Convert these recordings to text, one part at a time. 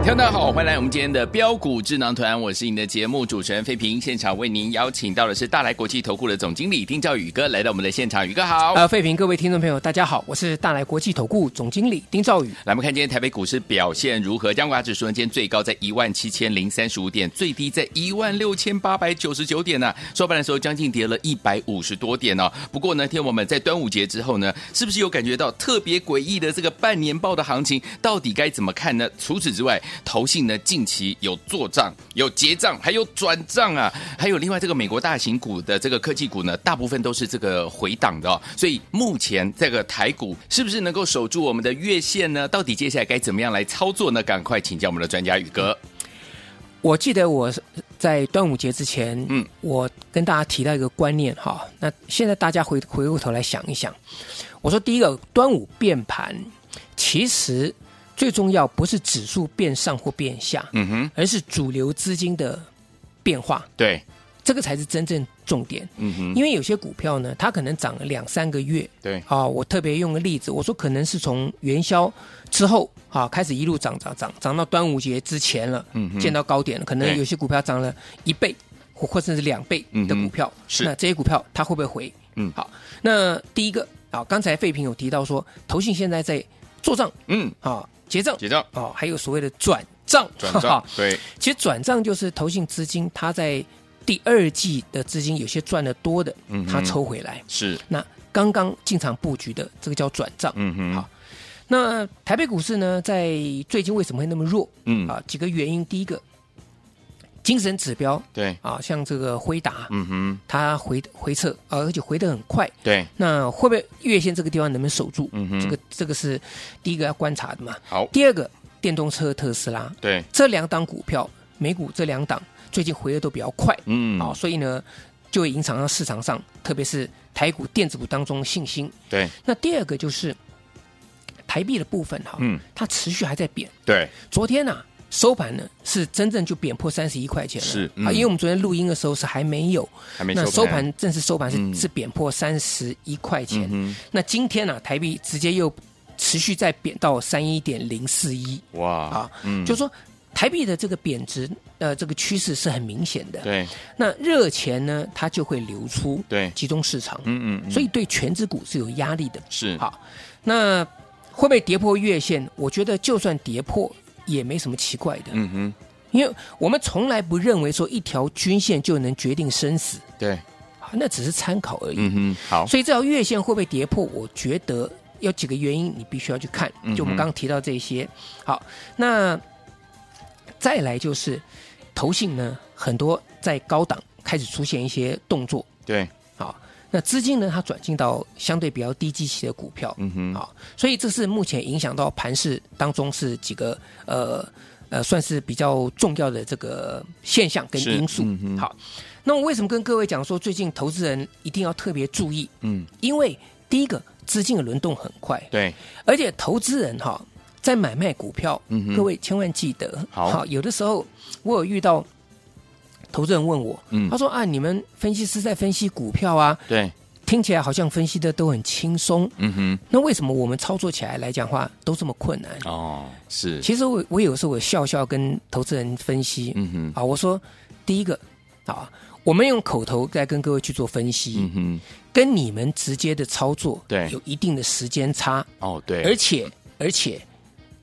听众大家好，欢迎来我们今天的标股智囊团，我是你的节目主持人费平。现场为您邀请到的是大来国际投顾的总经理丁兆宇哥来到我们的现场，宇哥好。呃，费平，各位听众朋友，大家好，我是大来国际投顾总经理丁兆宇。来，我们看今天台北股市表现如何？央股指数呢，今天最高在一万七千零三十五点，最低在一万六千八百九十九点呢、收盘的时候将近跌了一百五十多点哦。不过呢，天我们在端午节之后呢，是不是有感觉到特别诡异的这个半年报的行情？到底该怎么看呢？除此之外，投信呢近期有做账、有结账，还有转账啊，还有另外这个美国大型股的这个科技股呢，大部分都是这个回档的哦。所以目前这个台股是不是能够守住我们的月线呢？到底接下来该怎么样来操作呢？赶快请教我们的专家宇哥。我记得我在端午节之前，嗯嗯，我跟大家提到一个观念哈，那现在大家回回过头来想一想，我说第一个端午变盘，其实最重要不是指数变上或变下，嗯哼，而是主流资金的变化，对，这个才是真正重点。嗯哼，因为有些股票呢，它可能涨了两三个月，对啊、我特别用个例子，我说可能是从元宵之后啊、开始一路涨涨涨，涨到端午节之前了，嗯哼见到高点了，可能对嗯有些股票涨了一倍或或甚至两倍的股票，是那这些股票它会不会回？嗯好，那第一个啊、刚才费平有提到说，投信现在在做账嗯，啊、结账结账啊、还有所谓的转账，转哈账哈，对，其实转账就是投信资金，它在第二季的资金有些赚得多的嗯，哼它抽回来。是，那刚刚进场布局的，这个叫转账。嗯哼，好那台北股市呢，在最近为什么会那么弱？嗯，啊，几个原因。第一个，精神指标对，啊，像这个辉达，嗯哼，它回回撤，啊而且回得很快。对，那会不会月线这个地方能不能守住？嗯哼这个这个是第一个要观察的嘛。好，第二个，电动车特斯拉，对，这两档股票，美股这两档最近回的都比较快，嗯，啊、所以呢，就会影响到市场上，特别是台股电子股当中的信心。对，那第二个就是台币的部分哈，嗯，它持续还在贬。对，昨天呢、收盘呢是真正就贬破三十一块钱了，是嗯啊，因为我们昨天录音的时候是还没有，还没那收收盘，正式收盘是、嗯是贬破三十一块钱。嗯那今天呢、台币直接又持续再贬到三一点零四一。哼，哇啊，嗯就是说台币的这个贬值，呃，这个趋势是很明显的。对，那热钱呢，它就会流出，对集中市场，嗯嗯嗯，所以对全指股是有压力的。是，好，那会不会跌破月线？我觉得就算跌破也没什么奇怪的，嗯哼，因为我们从来不认为说一条均线就能决定生死，对，啊那只是参考而已。嗯哼，好，所以这条月线会不会跌破？我觉得有几个原因，你必须要去看。就我嗯哼们刚刚提到这些。好，那再来就是投信呢，很多在高档开始出现一些动作。对，好，那资金呢，它转进到相对比较低基期的股票。嗯哼，好，所以这是目前影响到盘市当中是几个呃呃，算是比较重要的这个现象跟是因素。嗯哼好，那我为什么跟各位讲说，最近投资人一定要特别注意？嗯，因为第一个资金的轮动很快，对，而且投资人哈、在买卖股票，嗯哼各位千万记得，好有的时候我有遇到投资人问我，嗯他说啊，你们分析师在分析股票啊，对，听起来好像分析的都很轻松，嗯哼，那为什么我们操作起来来讲话都这么困难？哦，是，其实我我有时候我笑笑跟投资人分析，嗯哼，啊，我说第一个啊，我们用口头在跟各位去做分析，嗯哼，跟你们直接的操作对有一定的时间差，哦，对，而且而且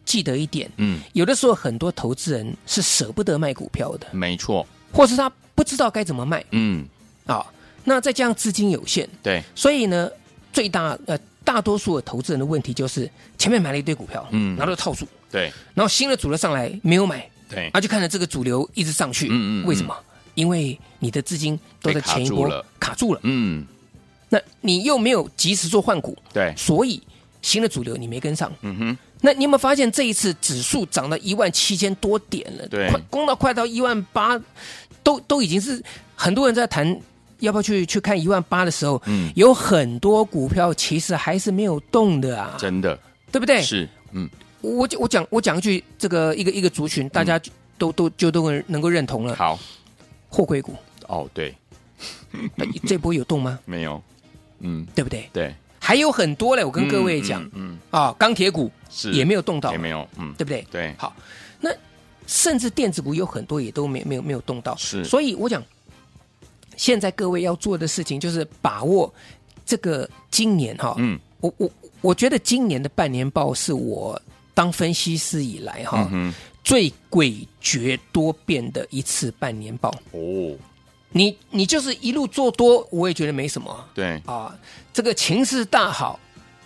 记得一点，嗯，有的时候很多投资人是舍不得卖股票的，没错，或是他不知道该怎么卖嗯，啊。那再加上资金有限，对，所以呢，最大呃大多数的投资人的问题就是前面买了一堆股票，嗯然后就套住，对，然后新的主流上来没有买，对啊，就看着这个主流一直上去，嗯嗯嗯为什么？因为你的资金都被在卡前一住波了卡住了，嗯，那你又没有及时做换股，对，所以新的主流你没跟上。嗯哼，那你有没有发现这一次指数涨到一万七千多点了？对快攻到快到一万八，都都已经是很多人在谈要不要去去看一万八的时候，嗯有很多股票其实还是没有动的啊，真的对不对？是，嗯，我就我讲我讲一句，这个一个一个族群，大嗯家就都都就都能够认同了。好，货柜 股哦，对，那这波有动吗？没有，嗯，对不对？对，还有很多嘞，我嗯跟各位讲嗯嗯，啊，钢铁股是也没有动到哦也，没有，嗯，对不对？对，好，那甚至电子股有很多也都没没有没有动到，是所以我讲，现在各位要做的事情就是把握这个今年哈、嗯，我我我觉得今年的半年报是我当分析师以来哈、嗯哼，最诡谲多变的一次半年报。哦，你你就是一路做多，我也觉得没什么啊对，啊，这个情势大好，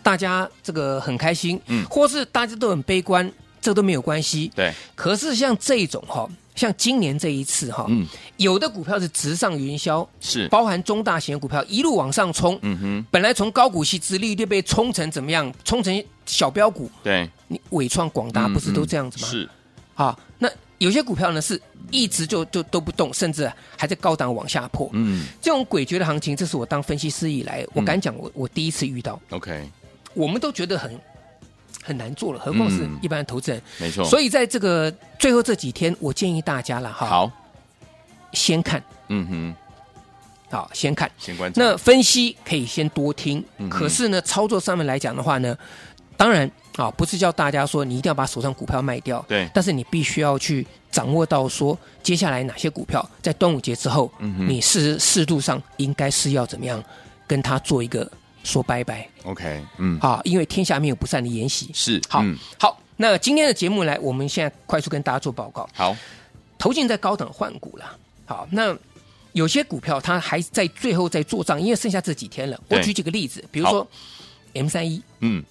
大家这个很开心，嗯或是大家都很悲观，这都没有关系。对，可是像这种哈、像今年这一次哈、嗯，有的股票是直上云霄，是，包含中大型股票一路往上冲，嗯哼，本来从高股息、殖利率被冲成怎么样？冲成小标股，对，你伟创、广达嗯不是都这样子吗？是，啊，那有些股票呢是一直就就都不动，甚至还在高档往下破。嗯这种诡谲的行情，这是我当分析师以来，我敢讲我，我第一次遇到， ，OK，我们都觉得很很难做了，何况是嗯一般的投资人。没错，所以以在这个最后这几天，我建议大家了哈，好，先看，嗯哼，好，先看。先观察，那分析可以先多听，嗯哼可是呢，操作上面来讲的话呢，当然啊，不是叫大家说你一定要把手上股票卖掉，对但是你必须要去掌握到说，接下来哪些股票在端午节之后，嗯哼你是适度上应该是要怎么样跟它做一个说拜拜 OK，嗯，啊，因为天下没有不散的筵席。是，好，嗯好，那今天的节目来，我们现在快速跟大家做报告。好，投进在高档换股了。好，那有些股票它还在最后在做账，因为剩下这几天了。我对举几个例子，比如说 M 三一嗯，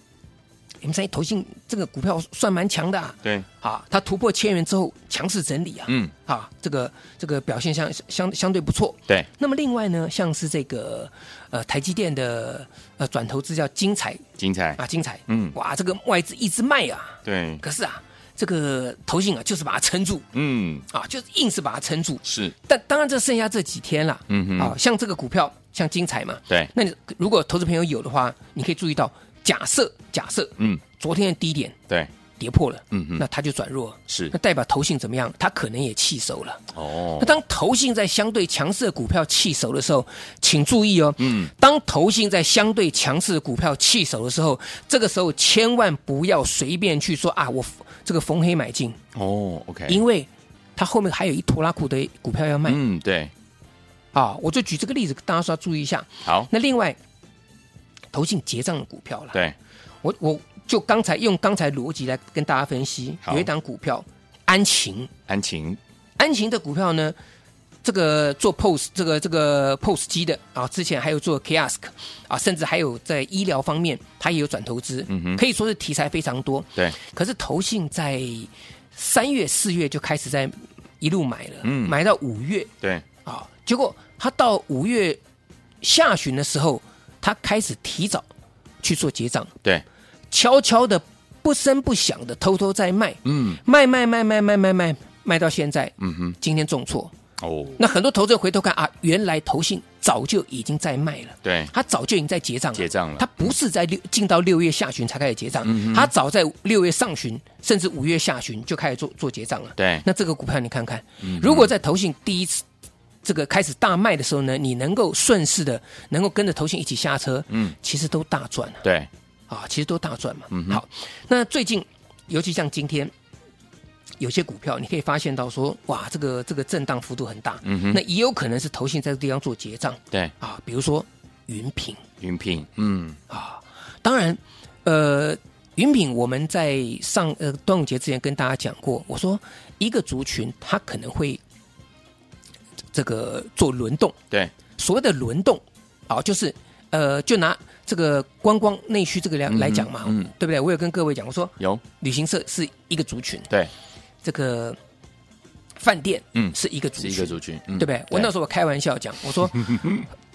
，M 三一投信这个股票算蛮强的啊，对，啊，它突破千元之后强势整理啊，嗯，啊，这个这个表现相相相对不错。对，那么另外呢，像是这个呃台积电的呃转投资叫精彩精彩，啊，精彩，嗯哇，这个外资一直卖啊，对，可是啊，这个投信啊就是把它撑住嗯，啊，就是硬是把它撑住，是，但当然，这剩下这几天啦，嗯哼啊，像这个股票，像精彩嘛，对，那你如果投资朋友有的话，你可以注意到，假设假设嗯，昨天的低点对，跌破了，嗯哼那它就转弱，是那，代表投信怎么样？它可能也弃手了。哦那，当投信在相对强势的股票弃手的时候，请注意哦，嗯，当投信在相对强势的股票弃手的时候，这个时候千万不要随便去说啊，我这个逢黑买进，哦，OK， 因为它后面还有一拖拉股的股票要卖。嗯，对，啊，我就举这个例子，大家说要注意一下。好，那另外，投进结账的股票了，对，我我就刚才用刚才逻辑来跟大家分析，好有一档股票安晴，安晴，安晴的股票呢，这个做 POS 这个这个 POS 机的啊，之前还有做 Kiosk 啊，甚至还有在医疗方面，它也有转投资，嗯哼可以说是题材非常多。对，可是投信在三月、四月就开始在一路买了，嗯买到五月，对，啊，结果他到五月下旬的时候，他开始提早去做结账，对，悄悄的、不声不响的偷偷在卖，嗯，卖卖卖卖卖卖卖卖到现在，嗯哼，今天重挫。哦，那很多投资者回头看啊，原来投信早就已经在卖了。对，他早就已经在结账了，结账了嗯他不是在六进到六月下旬才开始结账，他早在六月上旬甚至五月下旬就开始做做结账了。对，那这个股票你看看，嗯如果在投信第一次这个开始大卖的时候呢，你能够顺势的能够跟着投信一起下车，嗯，其实都大赚了对，啊，其实都大赚嘛。好，那最近尤其像今天。有些股票你可以发现到说，哇，这个这个震荡幅度很大，嗯哼那也有可能是投信在这个地方做结账对，啊，比如说云品，云品，嗯，当然，呃，云品我们在上呃端午节之前跟大家讲过，我说一个族群它可能会这个做轮动，对，所谓的轮动啊，就是呃，就拿这个观光内需这个来嗯哼来讲嘛，嗯对不对？我有跟各位讲，我说有，旅行社是一个族群，对，这个饭店，嗯是一个族是群，一个族群，嗯对不对？我那时候我开玩笑讲，我说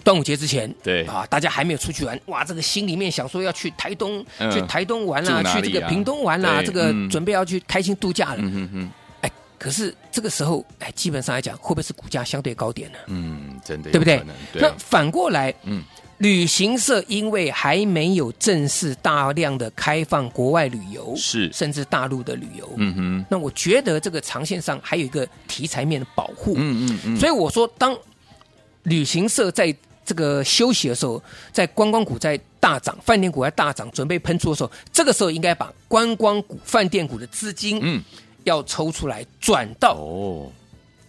端午节之前，对啊，大家还没有出去玩，哇，这个心里面想说要去台东，嗯去台东玩住啦、哪里去这个啊屏东玩啦、对这个嗯准备要去开心度假了。嗯哼哼，哎，可是这个时候，哎，基本上来讲，会不会是股价相对高点呢？嗯，真的有对不对可能？那反过来，嗯嗯，旅行社因为还没有正式大量的开放国外旅游，是甚至大陆的旅游，嗯，嗯哼，那我觉得这个长线上还有一个题材面的保护，嗯嗯嗯，所以我说，当旅行社在这个休息的时候，在观光股在大涨，饭店股在大涨，准备喷出的时候，这个时候应该把观光股、饭店股的资金嗯要抽出来，转到哦，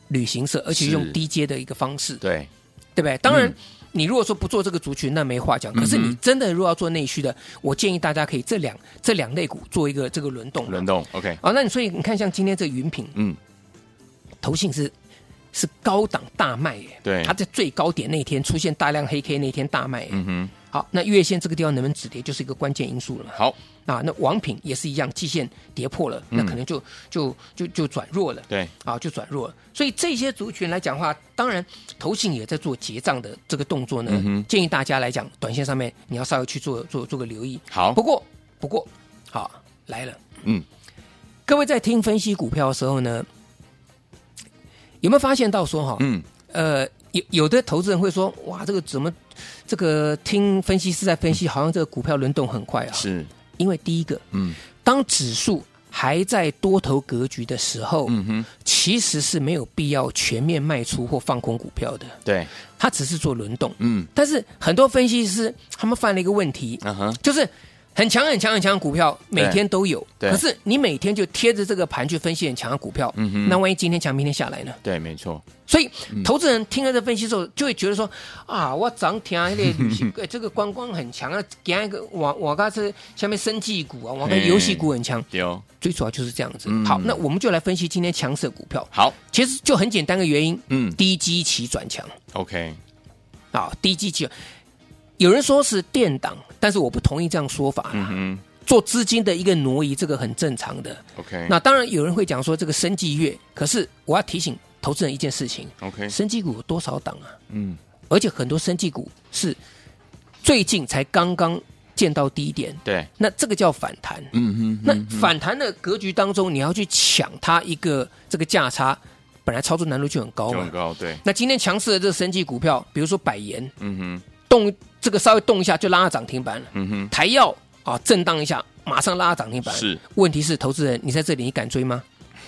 旅行社，而且是用低阶的一个方式，对，对不对？当然嗯，你如果说不做这个族群，那没话讲。可是嗯你哼真的如果要做内需的，我建议大家可以这两这两类股做一个这个轮动。轮动，OK，啊，那你所以你看，像今天这个云品，嗯，投信是是高档大卖耶，对它在最高点那天出现大量黑 K 那天大卖耶，嗯哼，好，那月线这个地方能不能止跌，就是一个关键因素了嘛。好，啊，那王品也是一样，季线跌破了，嗯那可能就、就就就转弱了，对，啊，就转弱了。所以这些族群来讲的话，当然投信也在做结账的这个动作呢，嗯哼建议大家来讲，短线上面你要稍微去做做做个留意。好不过不过好来了，哦嗯，各位在听分析股票的时候呢，有没有发现到说哈，嗯，呃，有有的投资人会说，哇，这个怎么这个听分析师在分析，好像这个股票轮动很快啊。，是，因为第一个，嗯当指数还在多头格局的时候，嗯哼，其实是没有必要全面卖出或放空股票的，对，它只是做轮动。嗯但是很多分析师他们犯了一个问题，嗯哼，就是很强很强很强的股票，每天都有，对可是你每天就贴着这个盘去分析很强的股票，嗯哼嗯那万一今天强，明天下来呢？对，没错，所以投资人听了这分析之后，就会觉得说啊，我涨停啊，那个 旅行，呃这个观光很强啊，给一个我我刚是下面生技股啊，我跟游戏股很强，丢，最主要就是这样子嗯。好，那我们就来分析今天强势的股票，好，其实就很简单的原因，嗯低基期转强，OK，啊，低基期。有人说是垫档，但是我不同意这样说法啦。嗯做资金的一个挪移，这个很正常的。哼，OK，那当然有人会讲说这个生技月，可是我要提醒投资人一件事情： OK，生技股有多少档啊？嗯，而且很多生技股是最近才刚刚见到低点，对，那这个叫反弹。嗯哼，那嗯哼反弹的格局当中，你要去抢它一个这个价差，本来操作难度就很高就嘛很。高， 对，那今天强势的这个生技股票，比如说百元嗯哼，动这个稍微动一下就拉到涨停板了，嗯哼，台药啊震荡一下马上拉到涨停板。是，问题是投资人你在这里你敢追吗？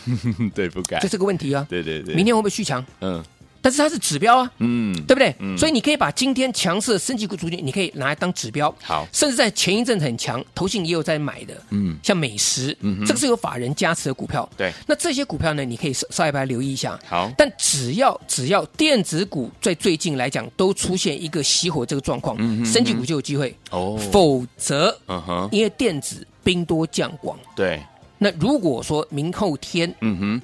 嗯对，不改就，这个问题啊，对对对，明，天会不会续强？嗯但是它是指标啊，嗯，对不对？嗯所以你可以把今天强势的升级股族群，你可以拿来当指标。好甚至在前一阵子很强，投信也有在买的，嗯，像美食，嗯哼这个是有法人加持的股票。对，那这些股票呢，你可以稍稍微把它留意一下。好，但只要只要电子股在最近来讲都出现一个熄火这个状况，嗯哼升级股就有机会。哦否则，嗯哼，因为电子兵多将广，对，那如果说明后天嗯哼，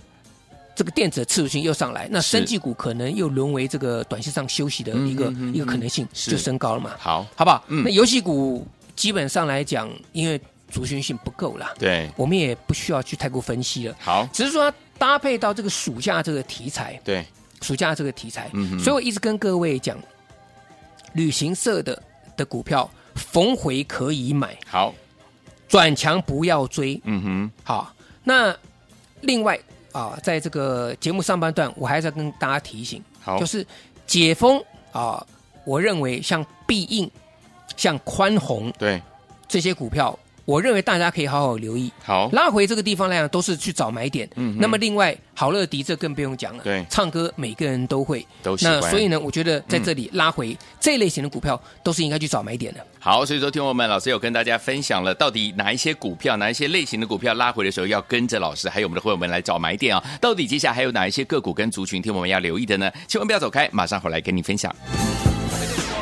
这个电子的次数性又上来，那是生技股可能又沦为这个短线上休息的一个、嗯嗯嗯一个可能性，是就升高了嘛，好，好不好？嗯那游戏股基本上来讲，因为族群性不够啦，对，我们也不需要去太过分析了，好，只是说它搭配到这个暑假这个题材，对，暑假这个题材，嗯哼所以我一直跟各位讲，旅行社的的股票逢回可以买，好，转强不要追，嗯哼，好，那另外啊，在这个节目上半段，我还是要跟大家提醒，好，就是解封啊，我认为像必应、像宽宏对，这些股票，我认为大家可以好好留意。好，拉回这个地方来讲，都是去找买点。嗯哼那么另外，好乐迪这更不用讲了。对唱歌每个人都会。都喜那欢。嗯所以呢，我觉得在这里拉回、这类型的股票，都是应该去找买点的。好，所以说听我们老师有跟大家分享了，到底哪一些股票、哪一些类型的股票拉回的时候要跟着老师，还有我们的会员们来找买点哦。到底接下来还有哪一些个股跟族群，听我们要留意的呢？千万不要走开，马上回来跟你分享。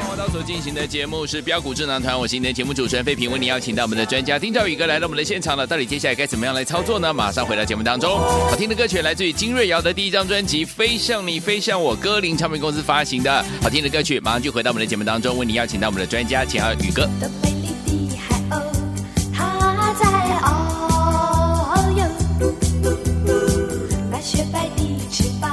我到所进行的节目是标股智囊团，我是今天的节目主持人费平，为您邀请到我们的专家丁兆宇哥来到我们的现场了。到底接下来该怎么样来操作呢？马上回到节目当中。好听的歌曲来自于金瑞瑶的第一张专辑《飞向你，飞向我》，歌林唱片公司发行的。好听的歌曲，马上就回到我们的节目当中，为您邀请到我们的专家钱二宇哥。的美丽的海鸥，它在遨游。那雪白的翅膀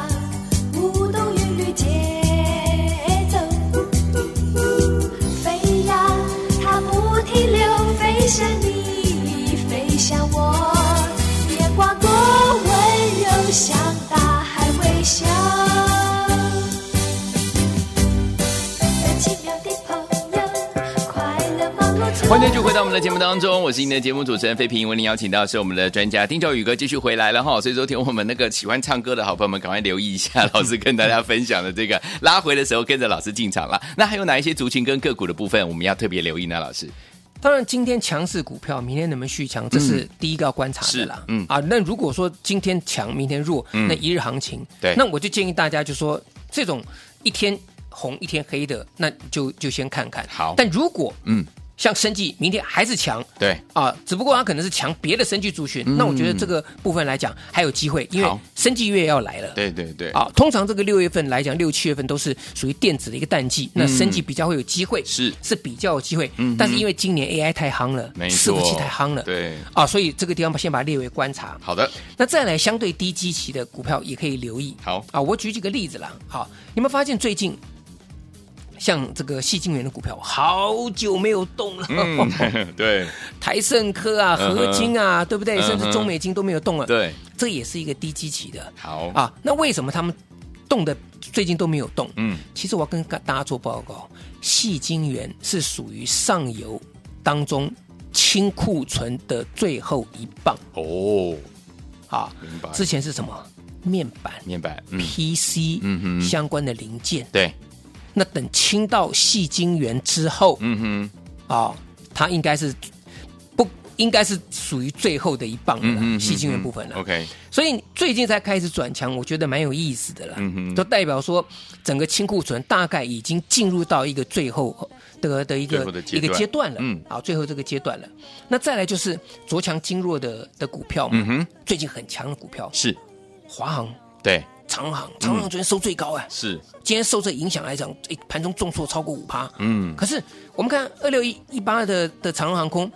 欢迎继续回到我们的节目当中，我是您的节目主持人费平。为您邀请到是我们的专家丁兆宇哥继续回来了哈，所以昨天我们那个喜欢唱歌的好朋友们，赶快留意一下老师跟大家分享的这个拉回的时候跟着老师进场了。那还有哪一些族群跟个股的部分我们要特别留意呢？老师当然，今天强势股票，明天能不能续强，这是第一个要观察的啦嗯是。嗯啊，那如果说今天强，明天弱，那一日行情，对那我就建议大家就说这种一天红一天黑的，那就就先看看。好但如果嗯嗯，像生技明天还是强，对啊，只不过它可能是强别的生技族群，那我觉得这个部分来讲还有机会，因为嗯好生技月要来了。对对对，啊，通常这个六月份来讲，六七月份都是属于电子的一个淡季，那升级比较会有机会，嗯是嗯是比较有机会。但是因为今年 AI 太夯了，没伺服错器太夯了，对啊，所以这个地方先把它列为观察。好的，那再来相对低基期的股票也可以留意。好啊，我举几个例子啦。好，你们发现最近像这个细晶圆的股票，好久没有动了。嗯，对台盛科啊、嗯哼合金啊，对不对？嗯哼甚至中美金都没有动了。，对，这也是一个低基期的。好，啊，那为什么他们动的最近都没有动？嗯，其实我要跟大家做报告，细晶圆是属于上游当中清库存的最后一棒哦，啊。明白，之前是什么面板、面板，哎嗯， PC 嗯哼相关的零件？对，那等清到细晶圆之后嗯啊，它应该是不应该是属于最后的一棒哼，嗯了，哼，细晶圆嗯哼部分了。 ，OK，所以最近才开始转强，我觉得蛮有意思的了。嗯哼就代表说整个清库存大概已经进入到一个最后的的一最个后的阶一段个阶段了。嗯，好，最后这个阶段了。那再来就是着强经弱的的股票嘛，嗯哼，最近很强的股票，是，华航、对，长航，长航昨天收最高啊，是，今天受这影响来讲，哎，盘中重挫超过五趴。嗯，可是我们看二六一一八的的长荣航空，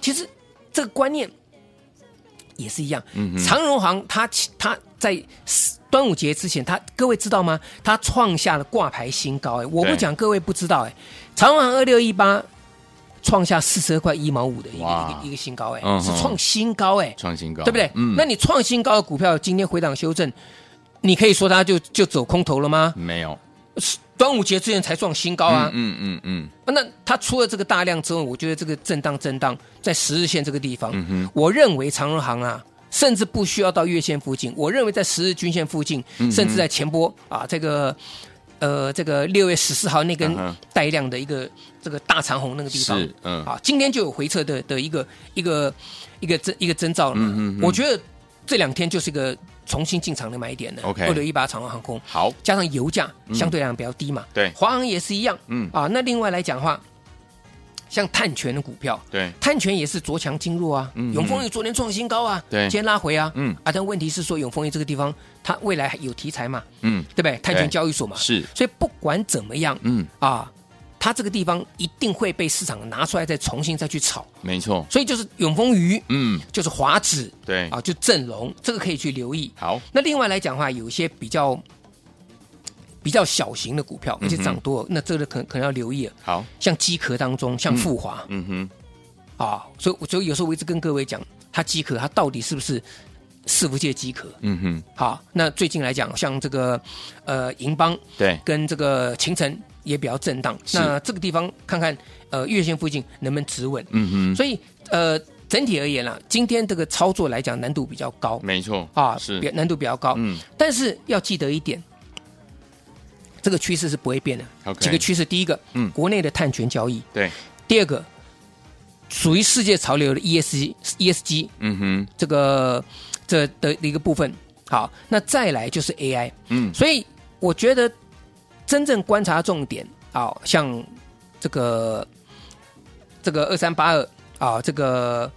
其实这个观念也是一样。嗯哼长荣航它它在端午节之前，它各位知道吗？它创下了挂牌新高哎、我不对讲各位不知道哎、长荣航二六一八创下四十二块一毛五的一个哇一个一个新高哎、嗯是哼创新高哎、创新高，对不对？嗯，那你创新高的股票今天回档修正，你可以说它就就走空头了吗？没有，端午节之前才创新高啊，嗯嗯嗯那它出了这个大量之后，我觉得这个震荡震荡在十日线这个地方，嗯哼我认为长荣行啊，甚至不需要到月线附近，我认为在十日均线附近，嗯甚至在前波啊这个。呃，这个六月十四号那根嗯哼带量的一个、这个大长红那个地方，是嗯啊，今天就有回撤的的一个一个一个征一个征兆了嘛。嗯哼嗯我觉得这两天就是一个重新进场的买点了。 OK 二六一八长荣航空，好，加上油价相对来讲比较低嘛，嗯对华航也是一样，嗯啊，那另外来讲的话，像碳权的股票，对，碳权也是着强经弱啊，嗯永丰裕昨天创新高啊，对今天拉回啊，嗯啊，但问题是说永丰裕这个地方它未来还有题材嘛，嗯，对不对？碳对权交易所嘛，是，所以不管怎么样嗯，啊，它这个地方一定会被市场拿出来再重新再去炒，没错，所以就是永丰余，嗯，就是华指，对，啊，就正龙，这个可以去留意。好，那另外来讲的话，有一些比较比较小型的股嗯票，而且涨多了，那这个可能可能要留意了。啊好，像机壳当中，像富华、嗯哼，啊，所以我所以有时候我一直跟各位讲，它机壳它到底是不是伺服界机壳？嗯哼，好，那最近来讲，像这个呃银邦对，跟这个秦城也比较震荡，是那这个地方看看呃月线附近能不能止稳。嗯哼，所以呃整体而言啦，今天这个操作来讲难度比较高。没错，啊，是比，难度比较高。嗯但是要记得一点，这个趋势是不会变的。 OK 几个趋势，第一个，嗯国内的碳权交易；对，第二个，属于世界潮流的 E ESG ESG 嗯哼，这个这的一个部分。好，那再来就是 AI。嗯，所以我觉得真正观察重点啊、像这个这个二三八二啊，这个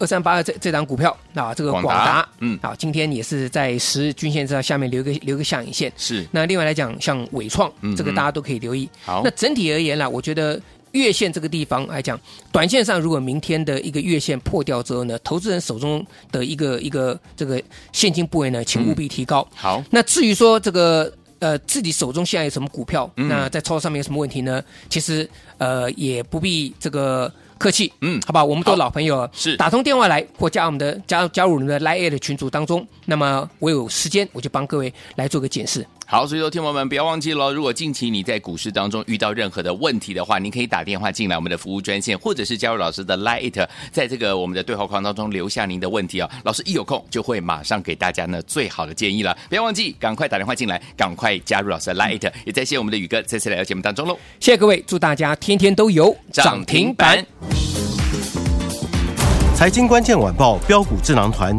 二三八二这这档股票啊，这个广广达达，嗯啊，今天也是在十日均线之上下面留一个留一个下影线。是，那另外来讲，像伟创嗯哼，这个大家都可以留意。好那，整体而言啦，我觉得月线这个地方来讲，短线上如果明天的一个月线破掉之后呢，投资人手中的一个一个这个现金部位呢，请务必提高。好，那至于说这个呃自己手中现在有什么股票，嗯那在操作上面有什么问题呢？其实呃也不必这个客气，嗯好吧，我们都好老朋友了，是打通电话来或加我们的加加入我们的 Line 的群组当中，那么我有时间我就帮各位来做个解释。好，所以说，听友们不要忘记喽。如果近期你在股市当中遇到任何的问题的话，您可以打电话进来我们的服务专线，或者是加入老师的 Lite，在这个我们的对话框当中留下您的问题哦。老师一有空就会马上给大家呢最好的建议了。不要忘记，赶快打电话进来，赶快加入老师的 Lite，也再谢我们的宇哥再次来到节目当中喽。谢谢各位，祝大家天天都有涨停板。财经关键晚报标股智囊团